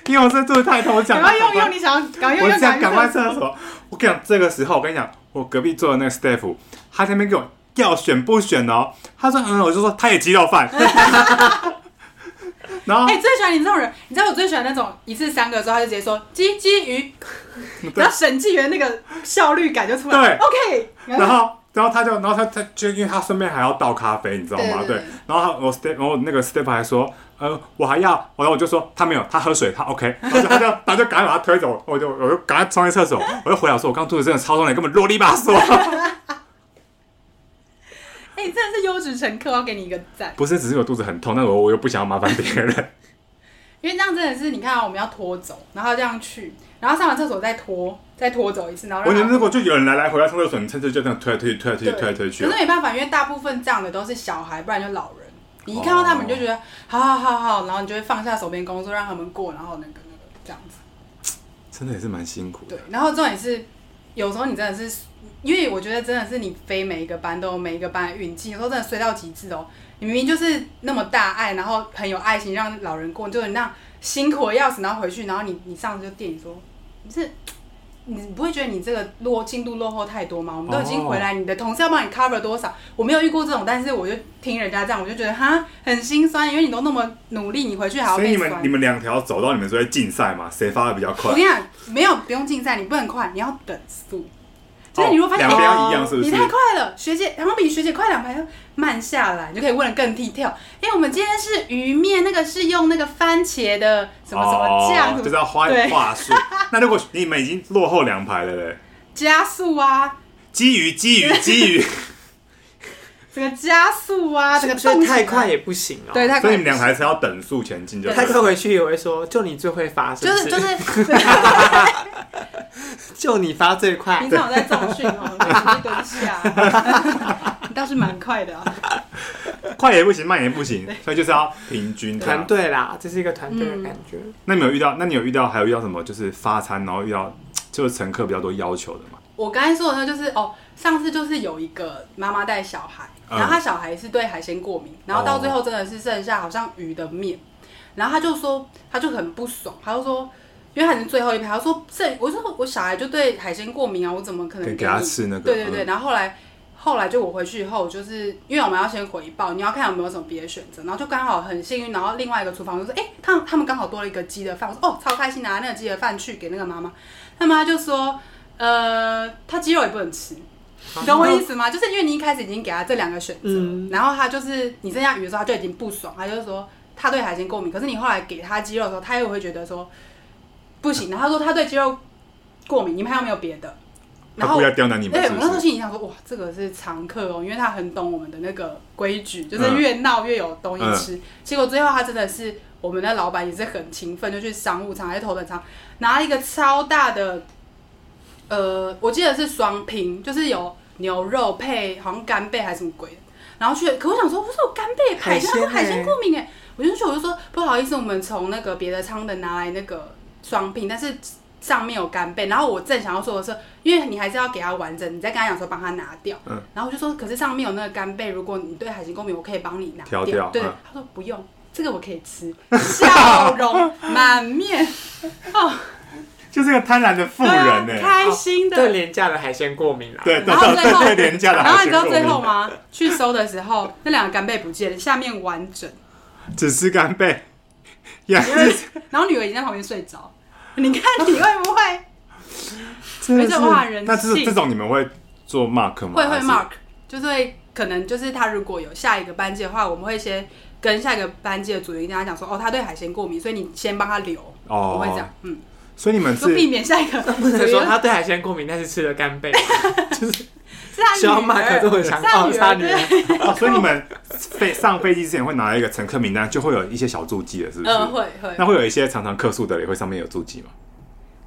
B: 因为我真的肚子太痛，我讲
A: 赶快用用你想要赶快用
B: 我
A: 用
B: 这样赶快
A: 用
B: 上厕所。我跟你讲，这个时候我跟你讲，我隔壁坐的那个 staff，他在那边给我要选不选哦。他说嗯，我就说他也鸡肉饭。 *laughs* 然后
A: 哎、最喜欢你这种人，你知道我最喜欢那种一次三个的时候，他就直接说鸡鸡鱼，然后审计员那个效率感就出来。
B: 对
A: ，OK，
B: 然后然后他就然后他他就因为他身边还要倒咖啡，你知道吗？
A: 对对
B: 对。然后他我 staff 然后那个 staff 还说。呃，我还要，然后我就说他没有，他喝水，他 OK，然后就他就 *laughs* 他就赶快把他推走，我就我就赶快冲进厕所，我就回来说，我刚肚子真的超痛的，根本啰里吧嗦。 *laughs*
A: 哎、你真的是优质乘客，我要给你一个赞，
B: 不是，只是我肚子很痛，但我我又不想要麻烦别人。
A: 因为这样真的是你看啊我们要拖走，然后这样去，然后上完厕所再拖，再拖走一次，然后
B: 我
A: 让
B: 觉得
A: 他
B: 如果就有人来来回来上厕所，你趁机就这样推来推去推来推去推来推去
A: 可。是没办法，因为大部分这样的都是小孩，不然就老人。你一看到他
B: 哦
A: 们，你就觉得、好好好好，然后你就会放下手边工作，让他们过，然后那个那个这样子。
B: 真的也是蛮辛苦的
A: 对。，然后重点是，有时候你真的是，因为我觉得真的是你非每一个班都有每一个班的运气，有时候真的衰到极致哦。你明明就是那么大爱，然后很有爱心，让老人过，就你那样辛苦的要死，然后回去，然后你你上司就电你说你是你不会觉得你这个落进度落后太多吗？我们都已经
B: 哦
A: 回来，你的同事要帮你 cover 多少？我没有遇过这种，但是我就听人家这样，我就觉得哈很心酸，因为你都那么努力，你回去还要
B: 所以
A: 被
B: 你
A: 酸
B: 们。你们两条走到你们最后竞赛嘛，谁发的比较快
A: 我？跟你讲，没有不用竞赛，你不能快，你要等速。就是你如果发现、
B: 哦两边
A: 哎
B: 要一样，是不是
A: 你？太快了，学姐，然后比学姐快两拍，慢下来，你就可以问的更 detail。哎，我们今天是鱼面，那个是用那个番茄的什么什么酱，
B: 哦
A: 什
B: 就是
A: 么
B: 要花
A: 对
B: 话术。 *laughs* 那如果你们已经落后两排了嘞，
A: 加速啊，
B: 基于基于基于，
A: 这个加速啊，这个
C: 所
A: 动
C: 以
A: 作
C: 太快，也不行哦。
A: 对， *laughs* 太快，
B: 所以你们两排是要等速前进就
A: 对
B: 对
C: 太
B: 了
C: 快回去也会说，就你最会发，是
A: 就
C: 不
A: 是就是，
C: *laughs* 就你发最快
A: 平。常我在重训哦，我对不起啊，
B: *laughs*
A: 你倒是蛮快的啊，
B: 快也不行，慢也不行，所以就是要平均这样
C: 团。队啦，这是一个团队
A: 嗯
C: 的感觉。
B: 那你有遇到？那你有遇到？还有遇到什么？就是发餐，然后遇到就是乘客比较多要求的嘛？
A: 我刚才说的那就是哦，上次就是有一个妈妈带小孩，
B: 嗯
A: 然后她小孩是对海鲜过敏，然后到最后真的是剩下好像鱼的面，然后她就说她就很不爽，她就说。因为还是最后一排，她说这我说我小孩就对海鲜过敏啊，我怎么可能
B: 可以
A: 你
B: 给他吃那个
A: 对对对，
B: 嗯
A: 然后后来后来就我回去以后，就是因为我们要先回报，你要看有没有什么别的选择，然后就刚好很幸运，然后另外一个厨房就说，哎、他们他们刚好多了一个鸡的饭，我说哦超开心，拿那个鸡的饭去给那个妈妈，那妈就说，呃，她鸡肉也不能吃。你懂我意思吗？就是因为你一开始已经给他这两个选择，
C: 嗯
A: 然后他就是你剩下鱼的时候，他就已经不爽，他就说他对海鲜过敏。可是你后来给他鸡肉的时候，他又会觉得说不行。然后他说他对鸡肉过敏，你们还有没有别的？然
B: 他
A: 后
B: 故意要刁难你们，
A: 对，
B: 是
A: 我
B: 不
A: 那时候
B: 是？
A: 心里想说，哇，这个是常客哦，因为他很懂我们的那个规矩，就是
B: 嗯
A: 越闹越有东西吃。结果最后他真的是我们的老板也是很勤奋，就去商务舱还是头等舱拿一个超大的，呃，我记得是双拼，就是有牛肉配好像干贝还是什么鬼的，然后去，可我想说，不是有干贝海鲜，
C: 海鲜
A: 他说海鲜
C: 欸
A: 过敏哎、我就去我就说不好意思，我们从那个别的舱的拿来那个双拼，但是上面有干贝，然后我正想要说的是，因为你还是要给他完整，你再跟他讲说帮他拿掉。
B: 嗯
A: 然后我就说，可是上面有那个干贝，如果你对海鲜过敏，我可以帮你拿
B: 挑掉
A: 对，
B: 嗯
A: 他说不用，这个我可以吃，笑容满面，哦
B: 就是个贪婪的富
A: 对啊
B: 人欸呢、
A: 开心
C: 哦对
A: 的。
C: 廉价的海鲜过敏啦，
B: 对，
A: 然后
B: 对
A: 最后
B: 对，廉价的
A: 然后
B: 海
A: 你
B: 鲜
A: 知道
B: 过
A: 最后
B: 敏，
A: 吗？去收的时候，那两个干贝不见了，下面完
B: *laughs*
A: 整。
B: 只吃干贝，呀，
A: 然后女儿已经在旁边睡着。你看你会不会？
B: 真
A: 没
B: 的是
A: 这么怕人
B: 那这
A: 性
B: 这种你们会做 mark 吗？
A: 会会
B: 还是
A: mark，就是会可能就是他如果有下一个班级的话，我们会先跟下一个班级的组员跟他讲说，哦，他对海鲜过敏，所以你先帮他留。
B: 哦
A: 我会这样，嗯，
B: 所以你们
A: 就是避免下一
B: *laughs*
A: 个
C: 不
A: 组
C: 能说
A: 员
C: 他对海鲜过敏，但是吃了
A: *laughs*
C: 干贝，就是
A: 是他女
C: 小马可这
A: 儿，
C: 么
A: 是
C: 想
A: 他
C: 哦，
A: 女
C: 是
A: 儿
C: 他女儿
A: 对，
B: 哦，所以你们飞上飞机之前会拿一个乘客名单，就会有一些小注记了，是不是？
A: 嗯，会会。
B: 那会有一些常常客诉的，也会上面有注记嘛？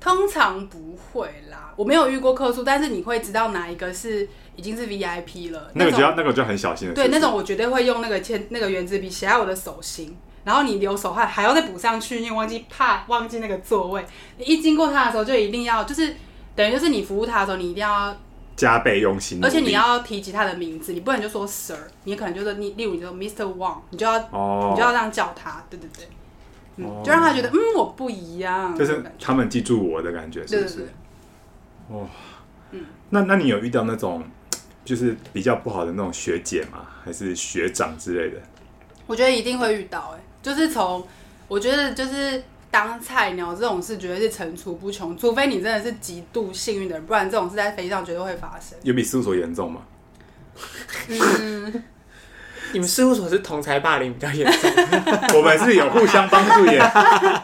A: 通常不会啦，我没有遇过客诉，但是你会知道哪一个是已经是 VIP 了，
B: 那个
A: 种
B: 就要那个就很小心了。
A: 对
B: 是不
A: 那
B: 是
A: 种我绝对会用那个铅那个圆珠笔写在我的手心，然后你流手汗还要再补上去，因为忘记怕忘记那个座位，你一经过他的时候就一定要就是。等于就是你服务他的时候，你一定要，
B: 加倍用心努
A: 而
B: 力，
A: 且你要提及他的名字，你不能就说 Sir，你可能就说你，例如你说 Mr. Wang，你就要、你就要
B: 哦，
A: 这样叫他，对对对，嗯，
B: 哦
A: 就让他觉得嗯我不一样，
B: 就
A: 这种
B: 是
A: 感觉
B: 他们记住我的感觉，是
A: 对
B: 不
A: 对
B: 是
A: 对？，
B: 那那你有遇到那种就是比较不好的那种学姐吗？还是学长之类的？
A: 我觉得一定会遇到、欸，就是从我觉得就是当菜鸟这种事，绝对是层出不穷，除非你真的是极度幸运的人，不然这种事在飞机上绝对会发生。
B: 有比事务所严重吗？
C: 你们事务所是同才霸凌比较严
A: *laughs*
B: *laughs*
C: 重，
B: 我们是有互相帮助耶。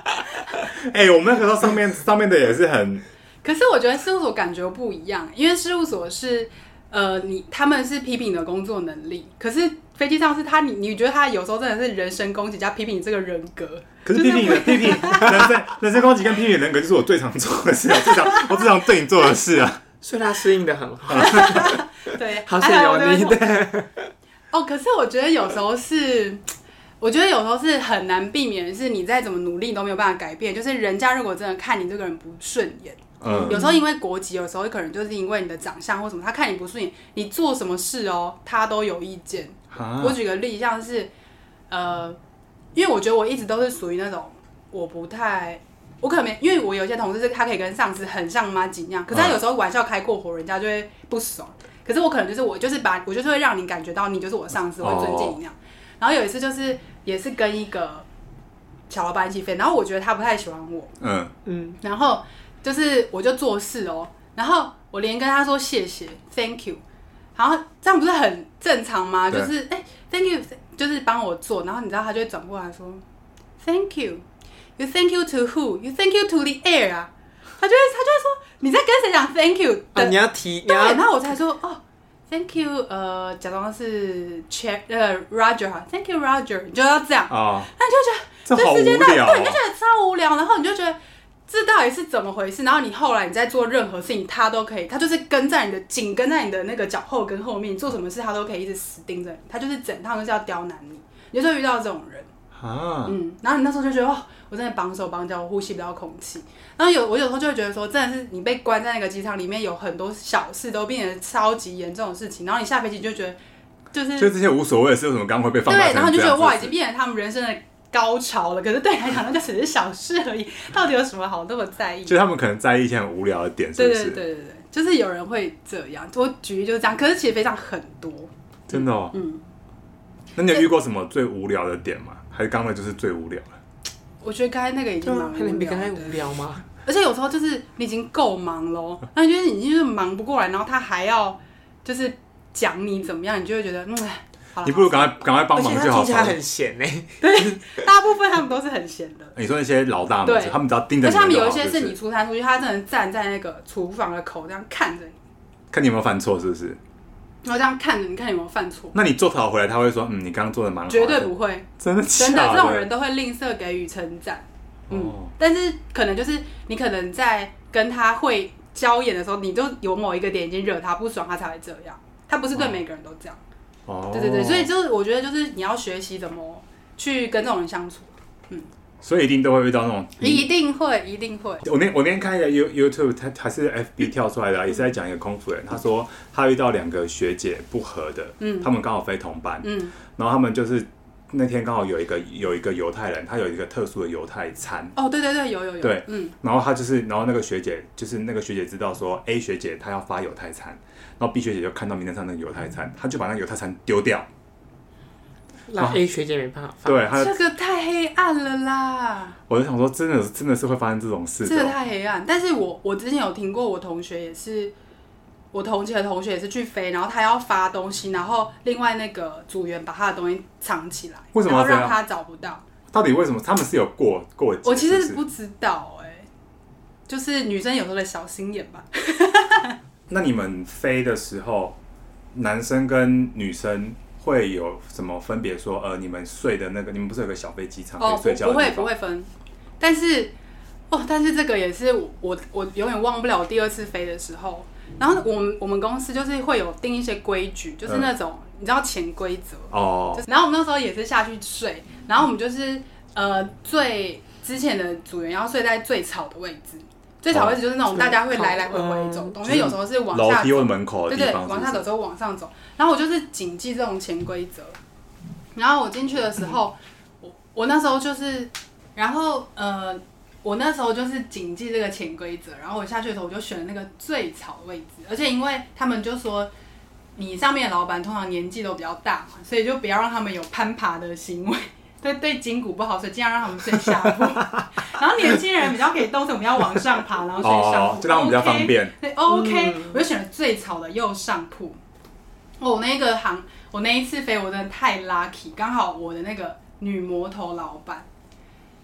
B: *laughs* 哎、我们那个时候上面上面的也是很
A: 可是我觉得事务所感觉不一样，因为事务所是呃，你他们是批评你的工作能力，可是飞机上是他你你觉得他有时候真的是人身攻击加批评你这个人格，
B: 可是批评你的批评人身人身攻击跟批评人格，就是我最常做的事啊，最常我最常对你做的事啊。
C: 所以他适应的很
A: *laughs*
C: 好，
A: 对，
C: 好险有你
A: 对。
C: 的。
A: 哦，可是我觉得有时候是，我觉得有时候是很难避免，的是你再怎么努力都没有办法改变。就是人家如果真的看你这个人不顺眼，
B: 嗯，
A: 有时候因为国籍，有时候可能就是因为你的长相或什么，他看你不顺眼，你做什么事哦，他都有意见。
B: 啊
A: 我举个例，像是呃，因为我觉得我一直都是属于那种我不太我可能没，因为我有些同事是他可以跟上司很像妈几样，可是他有时候玩笑开过火，人家就会不爽。可是我可能就是我就是把我就是会让你感觉到你就是我的上司，我会尊敬你那样。然后有一次就是也是跟一个小老板一起飞，然后我觉得他不太喜欢我，
B: 嗯，
C: 嗯，
A: 然后就是我就做事哦，然后我连跟他说谢谢，thank you，然后这样不是很正常吗？就
B: 对
A: 是哎、t h a n k you，就是帮我做，然后你知道他就会转过来说，thank you，you thank you to who？you thank you to the air 啊，他就会他就会说你在跟谁讲 thank you
C: 啊，
A: 的
C: 你要提，你
A: 对，
C: 要
A: 然后我才说哦，Thank you，呃，假装是 Chair，呃，Roger 哈，Thank you Roger，你就要这样，
B: 哦，
A: 那你就觉
B: 这
A: 得
B: 好
A: 世界
B: 无
A: 到底
B: 聊
A: 对，你就
B: 哦
A: 觉得超无聊，然后你就觉得这到底是怎么回事？然后你后来你在做任何事情，他都可以，他就是跟在你的紧跟在你的那个脚后跟后面，你做什么事他都可以一直死盯着你，他就是整趟就是要刁难你，你就会遇到这种人。
B: 啊，
A: 嗯，然后你那时候就觉得哦，我真的绑手绑脚，我呼吸不到空气。然后有我有时候就会觉得说，真的是你被关在那个机舱里面，有很多小事都变成超级严重的事情，然后你下飞机就觉得就是
B: 就这些无所谓的事，为什么刚刚会被放大
A: 对，
B: 成这
A: 然
B: 样？
A: 后你就觉得哇，已
B: 是
A: 经
B: 不
A: 变成他们人生的高潮了。可是对你来讲，那就只是小事而已，到底有什么好那么在意
B: 是？就他们可能在意一些很无聊的点，是
A: 对
B: 不
A: 对
B: 是？
A: 对对对，就是有人会这样。我举例就是这样，可是其实非常很多。
B: 真的哦。
A: 嗯，
B: 那你有遇过什么最无聊的点吗？还是刚才就是最无聊了？
A: 我觉得刚才那个已经蛮
C: 啊你
A: 无
C: 比
A: 聊
C: 刚才
A: 的
C: 无聊吗？
A: 而且有时候就是你已经够忙喽，那你就是你就是忙不过来，然后他还要就是讲你怎么样，你就会觉得嗯，哎好了，
B: 你不如赶快赶快帮
C: 而且
B: 忙
C: 他
B: 就
C: 听
B: 好
C: 起来
B: 了。
C: 很闲欸呢，
A: 大部分他们都是很闲
B: *laughs*
A: 的。
B: 你说那些老大们
A: 对，
B: 他们只要盯着
A: 而
B: 你
A: 且
B: 就好，
A: 他们有一些
B: 是
A: 是
B: 不
A: 你出差出去，他真的站在那个厨房的口这样看着你，
B: 看你有没有犯错，是不是？
A: 然后这样看着你看你有没有犯错，
B: 那你做讨回来，他会说，嗯，你刚刚做的蛮好的，
A: 绝对不会，
B: 真的哦
A: 真的
B: 假
A: 这种人都会吝啬给予称赞。嗯
B: 哦，
A: 但是可能就是你可能在跟他会交眼的时候，你就有某一个点已经惹他不爽，他才会这样。他不是对每个人都这样。
B: 哦，
A: 对对对，所以就是我觉得就是你要学习怎么去跟这种人相处，
B: 所以一定都会遇到那种
A: 你一定会一定会。
B: 我那我那天看一个 You YouTube，它还是 FB 跳出来的啊，也是在讲一个空服人，他说他遇到两个学姐不合的，
A: 嗯
B: 他们刚好飞同班，
A: 嗯
B: 然后他们就是那天刚好有一个有一个犹太人，他有一个特殊的犹太餐，
A: 哦，对对对，有有有，
B: 对
A: 嗯，
B: 然后他就是，然后那个学姐就是那个学姐知道说 A 学姐她要发犹太餐，然后 B 学姐就看到名单上那个犹太
A: 嗯
B: 餐，她就把那个犹太餐丢掉，
C: 那 A 学姐没办法，
B: 对，她
A: 这个太黑暗了啦，
B: 我就想说，真的真的是会发生这种事
A: 这个
B: 的哦，
A: 太黑暗。但是我我之前有听过，我同学也是，我同届的同学也是去飞，然后他要发东西，然后另外那个组员把他的东西藏起来，
B: 为什么
A: 然
B: 要
A: 后
B: 这样
A: 让他找不到？
B: 到底为什么他们是有过过节？
A: 我其
B: 是
A: 实
B: 不
A: 不
B: 是，
A: 知道哎、就是女生有时候的小心眼吧。
B: 那你们飞的时候，男生跟女生会有什么分别？说呃，你们睡的那个，你们不是有个小飞机啊场可
A: 哦，
B: 以
A: 不
B: 睡觉的
A: 不会
B: 地
A: 不
B: 方？
A: 会分，但是哦，但是这个也是我我我永远忘不了我第二次飞的时候。然后我们我们公司就是会有定一些规矩，就是
B: 嗯
A: 那种、你知道潜规则，
B: 哦
A: 就，是然后我们那时候也是下去睡，然后我们就是呃最之前的组员要睡在最吵的位置，最吵的位置就是那种
B: 哦
A: 大家会来来回回走动，因为有时候是往
B: 嗯楼
A: 下
B: 梯或
A: 走
B: 者门口的
A: 对对，
B: 地方是不
A: 往
B: 是
A: 下走之后往上走。然后我就是谨记这种潜规则。然后我进去的时候，我我那时候就是，然后呃，我那时候就是谨记这个潜规则。然后我下去的时候，我就选了那个最吵的位置，而且因为他们就说。你上面的老板通常年纪都比较大嘛，所以就不要让他们有攀爬的行为， *laughs* 对对筋骨不好，所以尽量让他们睡下铺。 *laughs* 然后年轻人比较可以动，所以我们要往上爬，然后睡上
B: 哦
A: 铺，，
B: 就让我们比较
A: OK
B: 方便。
A: *laughs* 对，OK，、哎
C: 嗯
A: 我就选了最吵的右上铺。哦，我那个航，我那一次飞，我真的太 lucky，刚好我的那个女魔头老板，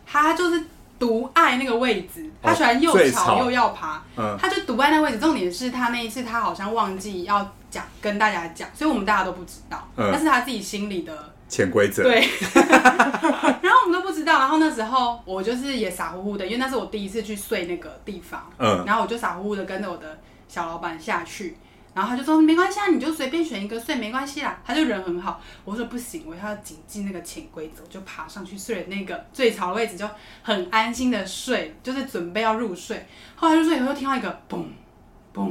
A: 她就是独爱那个位置，她喜欢又
B: 哦最
A: 吵
B: 吵
A: 又要爬，
B: 嗯，
A: 她就独爱那位置。重点是她那一次，她好像忘记要讲跟大家讲，所以我们大家都不知道，
B: 嗯
A: 但是她自己心里的
B: 潜规则。
A: 对， *laughs* 然后我们都不知道，然后那时候我就是也傻乎乎的，因为那是我第一次去睡那个地方，
B: 嗯
A: 然后我就傻乎乎的跟着我的小老板下去，然后他就说没关系啊，你就随便选一个睡没关系啦，他就人很好，我说不行，我要谨记那个潜规则，我就爬上去睡了那个最吵的位置，就很安心的睡，就是准备要入睡，后来入睡以后又听到一个嘣嘣。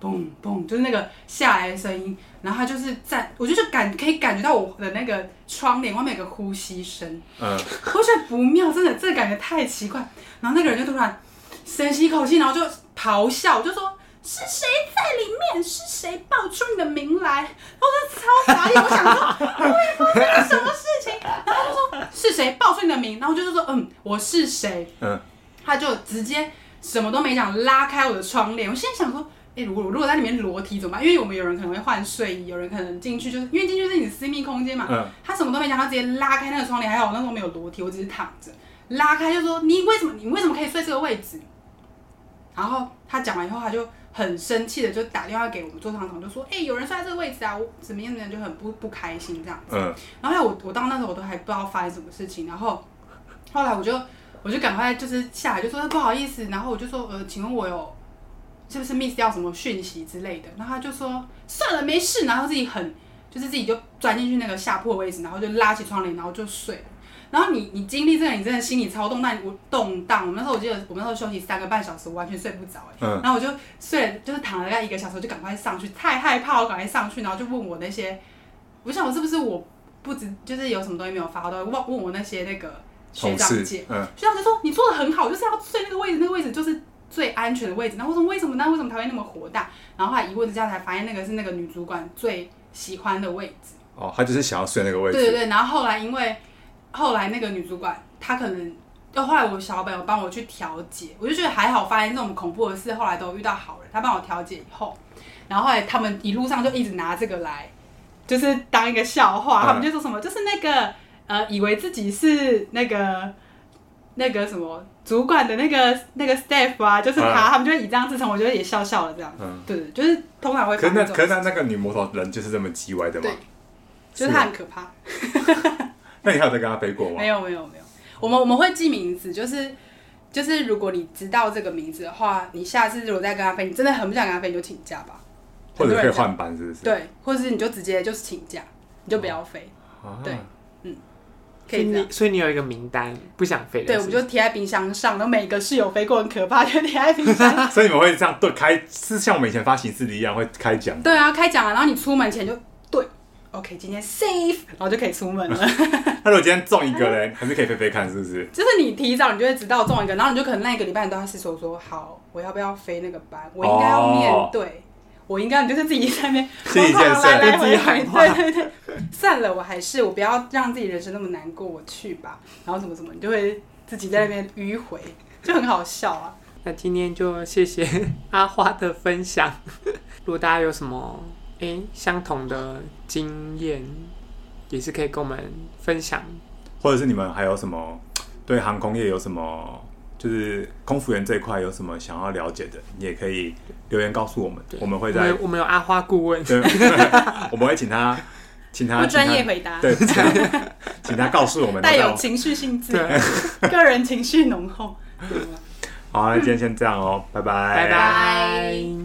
A: 嘣嘣嘣，就是那个下来的声音，然后他就是在，我就就感可以感觉到我的那个窗帘外面有个呼吸声，
B: 嗯，
A: 我觉得不妙，真的这个感觉太奇怪。然后那个人就突然深吸一口气，然后就咆哮，就说。是谁在里面？是谁报出你的名来？然后我就超傻眼，我想说，对方是什么事情？然后他就说是谁报出你的名？然后我就是说，嗯，我是谁？
B: 嗯，
A: 他就直接什么都没讲，拉开我的窗帘。我现在想说，哎、如果如果在里面裸体怎么办？因为我们有人可能会换睡衣，有人可能进去就是因为进去是你的私密空间嘛。
B: 嗯
A: 他什么都没讲，他直接拉开那个窗帘。还好我那时候没有裸体，我只是躺着，拉开就说你为什么你为什么可以睡这个位置？然后他讲完以后，他就很生气的就打电话给我们桌上同，就说：“哎、有人睡在这个位置啊，我怎么样怎么样，就很不不开心这样。”
B: 嗯，
A: 然后我我到那时候我都还不知道发生什么事情，然后后来我就我就赶快就是下来就说不好意思，然后我就说呃，请问我有是不是 miss 掉什么讯息之类的？然后他就说算了没事，然后自己很就是自己就钻进去那个下铺的位置，然后就拉起窗帘，然后就睡了。然后你你经历这个，你真的心理超动荡，我动荡。我们那时候我记得我们那时候休息三个半小时，我完全睡不着、欸
B: 嗯
A: 然后我就睡了，就是躺了大概一个小时，我就赶快上去，太害怕，我赶快上去，然后就问我那些，我想我是不是我不知就是有什么东西没有发，我都会问问我那些那个学
B: 同
A: 长
B: 事
A: 姐，，
B: 嗯
A: 学长就说你做的很好，就是要睡那个位置，那个位置就是最安全的位置。然后我说为什么呢？为什么他会那么火大？然后后来一问之下才发现，那个是那个女主管最喜欢的位置。
B: 哦，他就是想要睡那个位
A: 对对
B: 置，
A: 对，然后后来因为后来那个女主管她可能，就后来我小本有帮我去调解，我就觉得还好，发现这种恐怖的事后来都遇到好人，她帮我调解以后，然后后来他们一路上就一直拿这个来，就是当一个笑话，
B: 嗯
A: 他们就说什么就是那个呃，以为自己是那个。那个什么主管的那个那个 staff 啊，就是他，
B: 嗯
A: 他们就会以这样自称，我觉得也笑笑了这样。
B: 嗯
A: 对对，就是通常会
B: 可
A: 发生
B: 是
A: 这
B: 那
A: 种
B: 可是那那个女魔头人就是这么叽歪的嘛
A: 对，就是他很可怕。
B: 那你还有在跟他背过吗
A: 没？有没有没有，我们我们会记名字，就是就是如果你知道这个名字的话，你下次如果再跟他飞，你真的很不想跟他飞，你就请假吧。
B: 或者
A: 很多
B: 可以
A: 人
B: 换班是不是？
A: 这样，对，或者是你就直接就是请假，你就不要飞，
B: 啊
A: 对可
C: 所以
A: 以这样
C: 你。所以你有一个名单，不想飞的
A: 对，
C: 是
A: 我
C: 不
A: 们
C: 是。
A: 就贴在冰箱上，然后每个室友飞过很可怕，就贴在冰箱。
B: 所以你们会这样对开，是像我们以前发行事历一样会开奖。
A: 对啊，开奖了，然后你出门前就对，OK，今天 safe，然后就可以出门了。
B: 那如果今天中一个嘞，还是可以飞飞看，是不是？
A: 就是你提早你就会知道中一个，然后你就可能那一个礼拜你都要思索说，好，我要不要飞那个班？我应该要面对，
C: 哦
A: 我应该你就是自己在那边
B: 心理建设
A: 来来
C: 自己
A: 回回，
C: 喊话
A: 对对对，算了，我还是我不要让自己人生那么难过，我去吧，然后怎么怎么，你就会自己在那边迂回，就很好笑啊。
C: 那今天就谢谢阿花的分享。 *laughs* 如果大家有什么诶相同的经验，也是可以跟我们分享。
B: 或者是你们还有什么对航空业有什么，就是空服员这一块有什么想要了解的，你也可以留言告诉我们，我们
C: 我
B: 会
C: 们
B: 在
C: 有我们有阿花顾问，
B: 对，我们会请他，请他
A: 不专业
B: 请
A: 回答
B: 他，对，请他请他告诉我们
A: 带有
B: 那种
A: 情绪性质，
C: 对，
A: 个人情绪浓厚。对吗
B: 好，那今天先这样哦，拜拜，
C: 拜
A: 拜
C: 拜。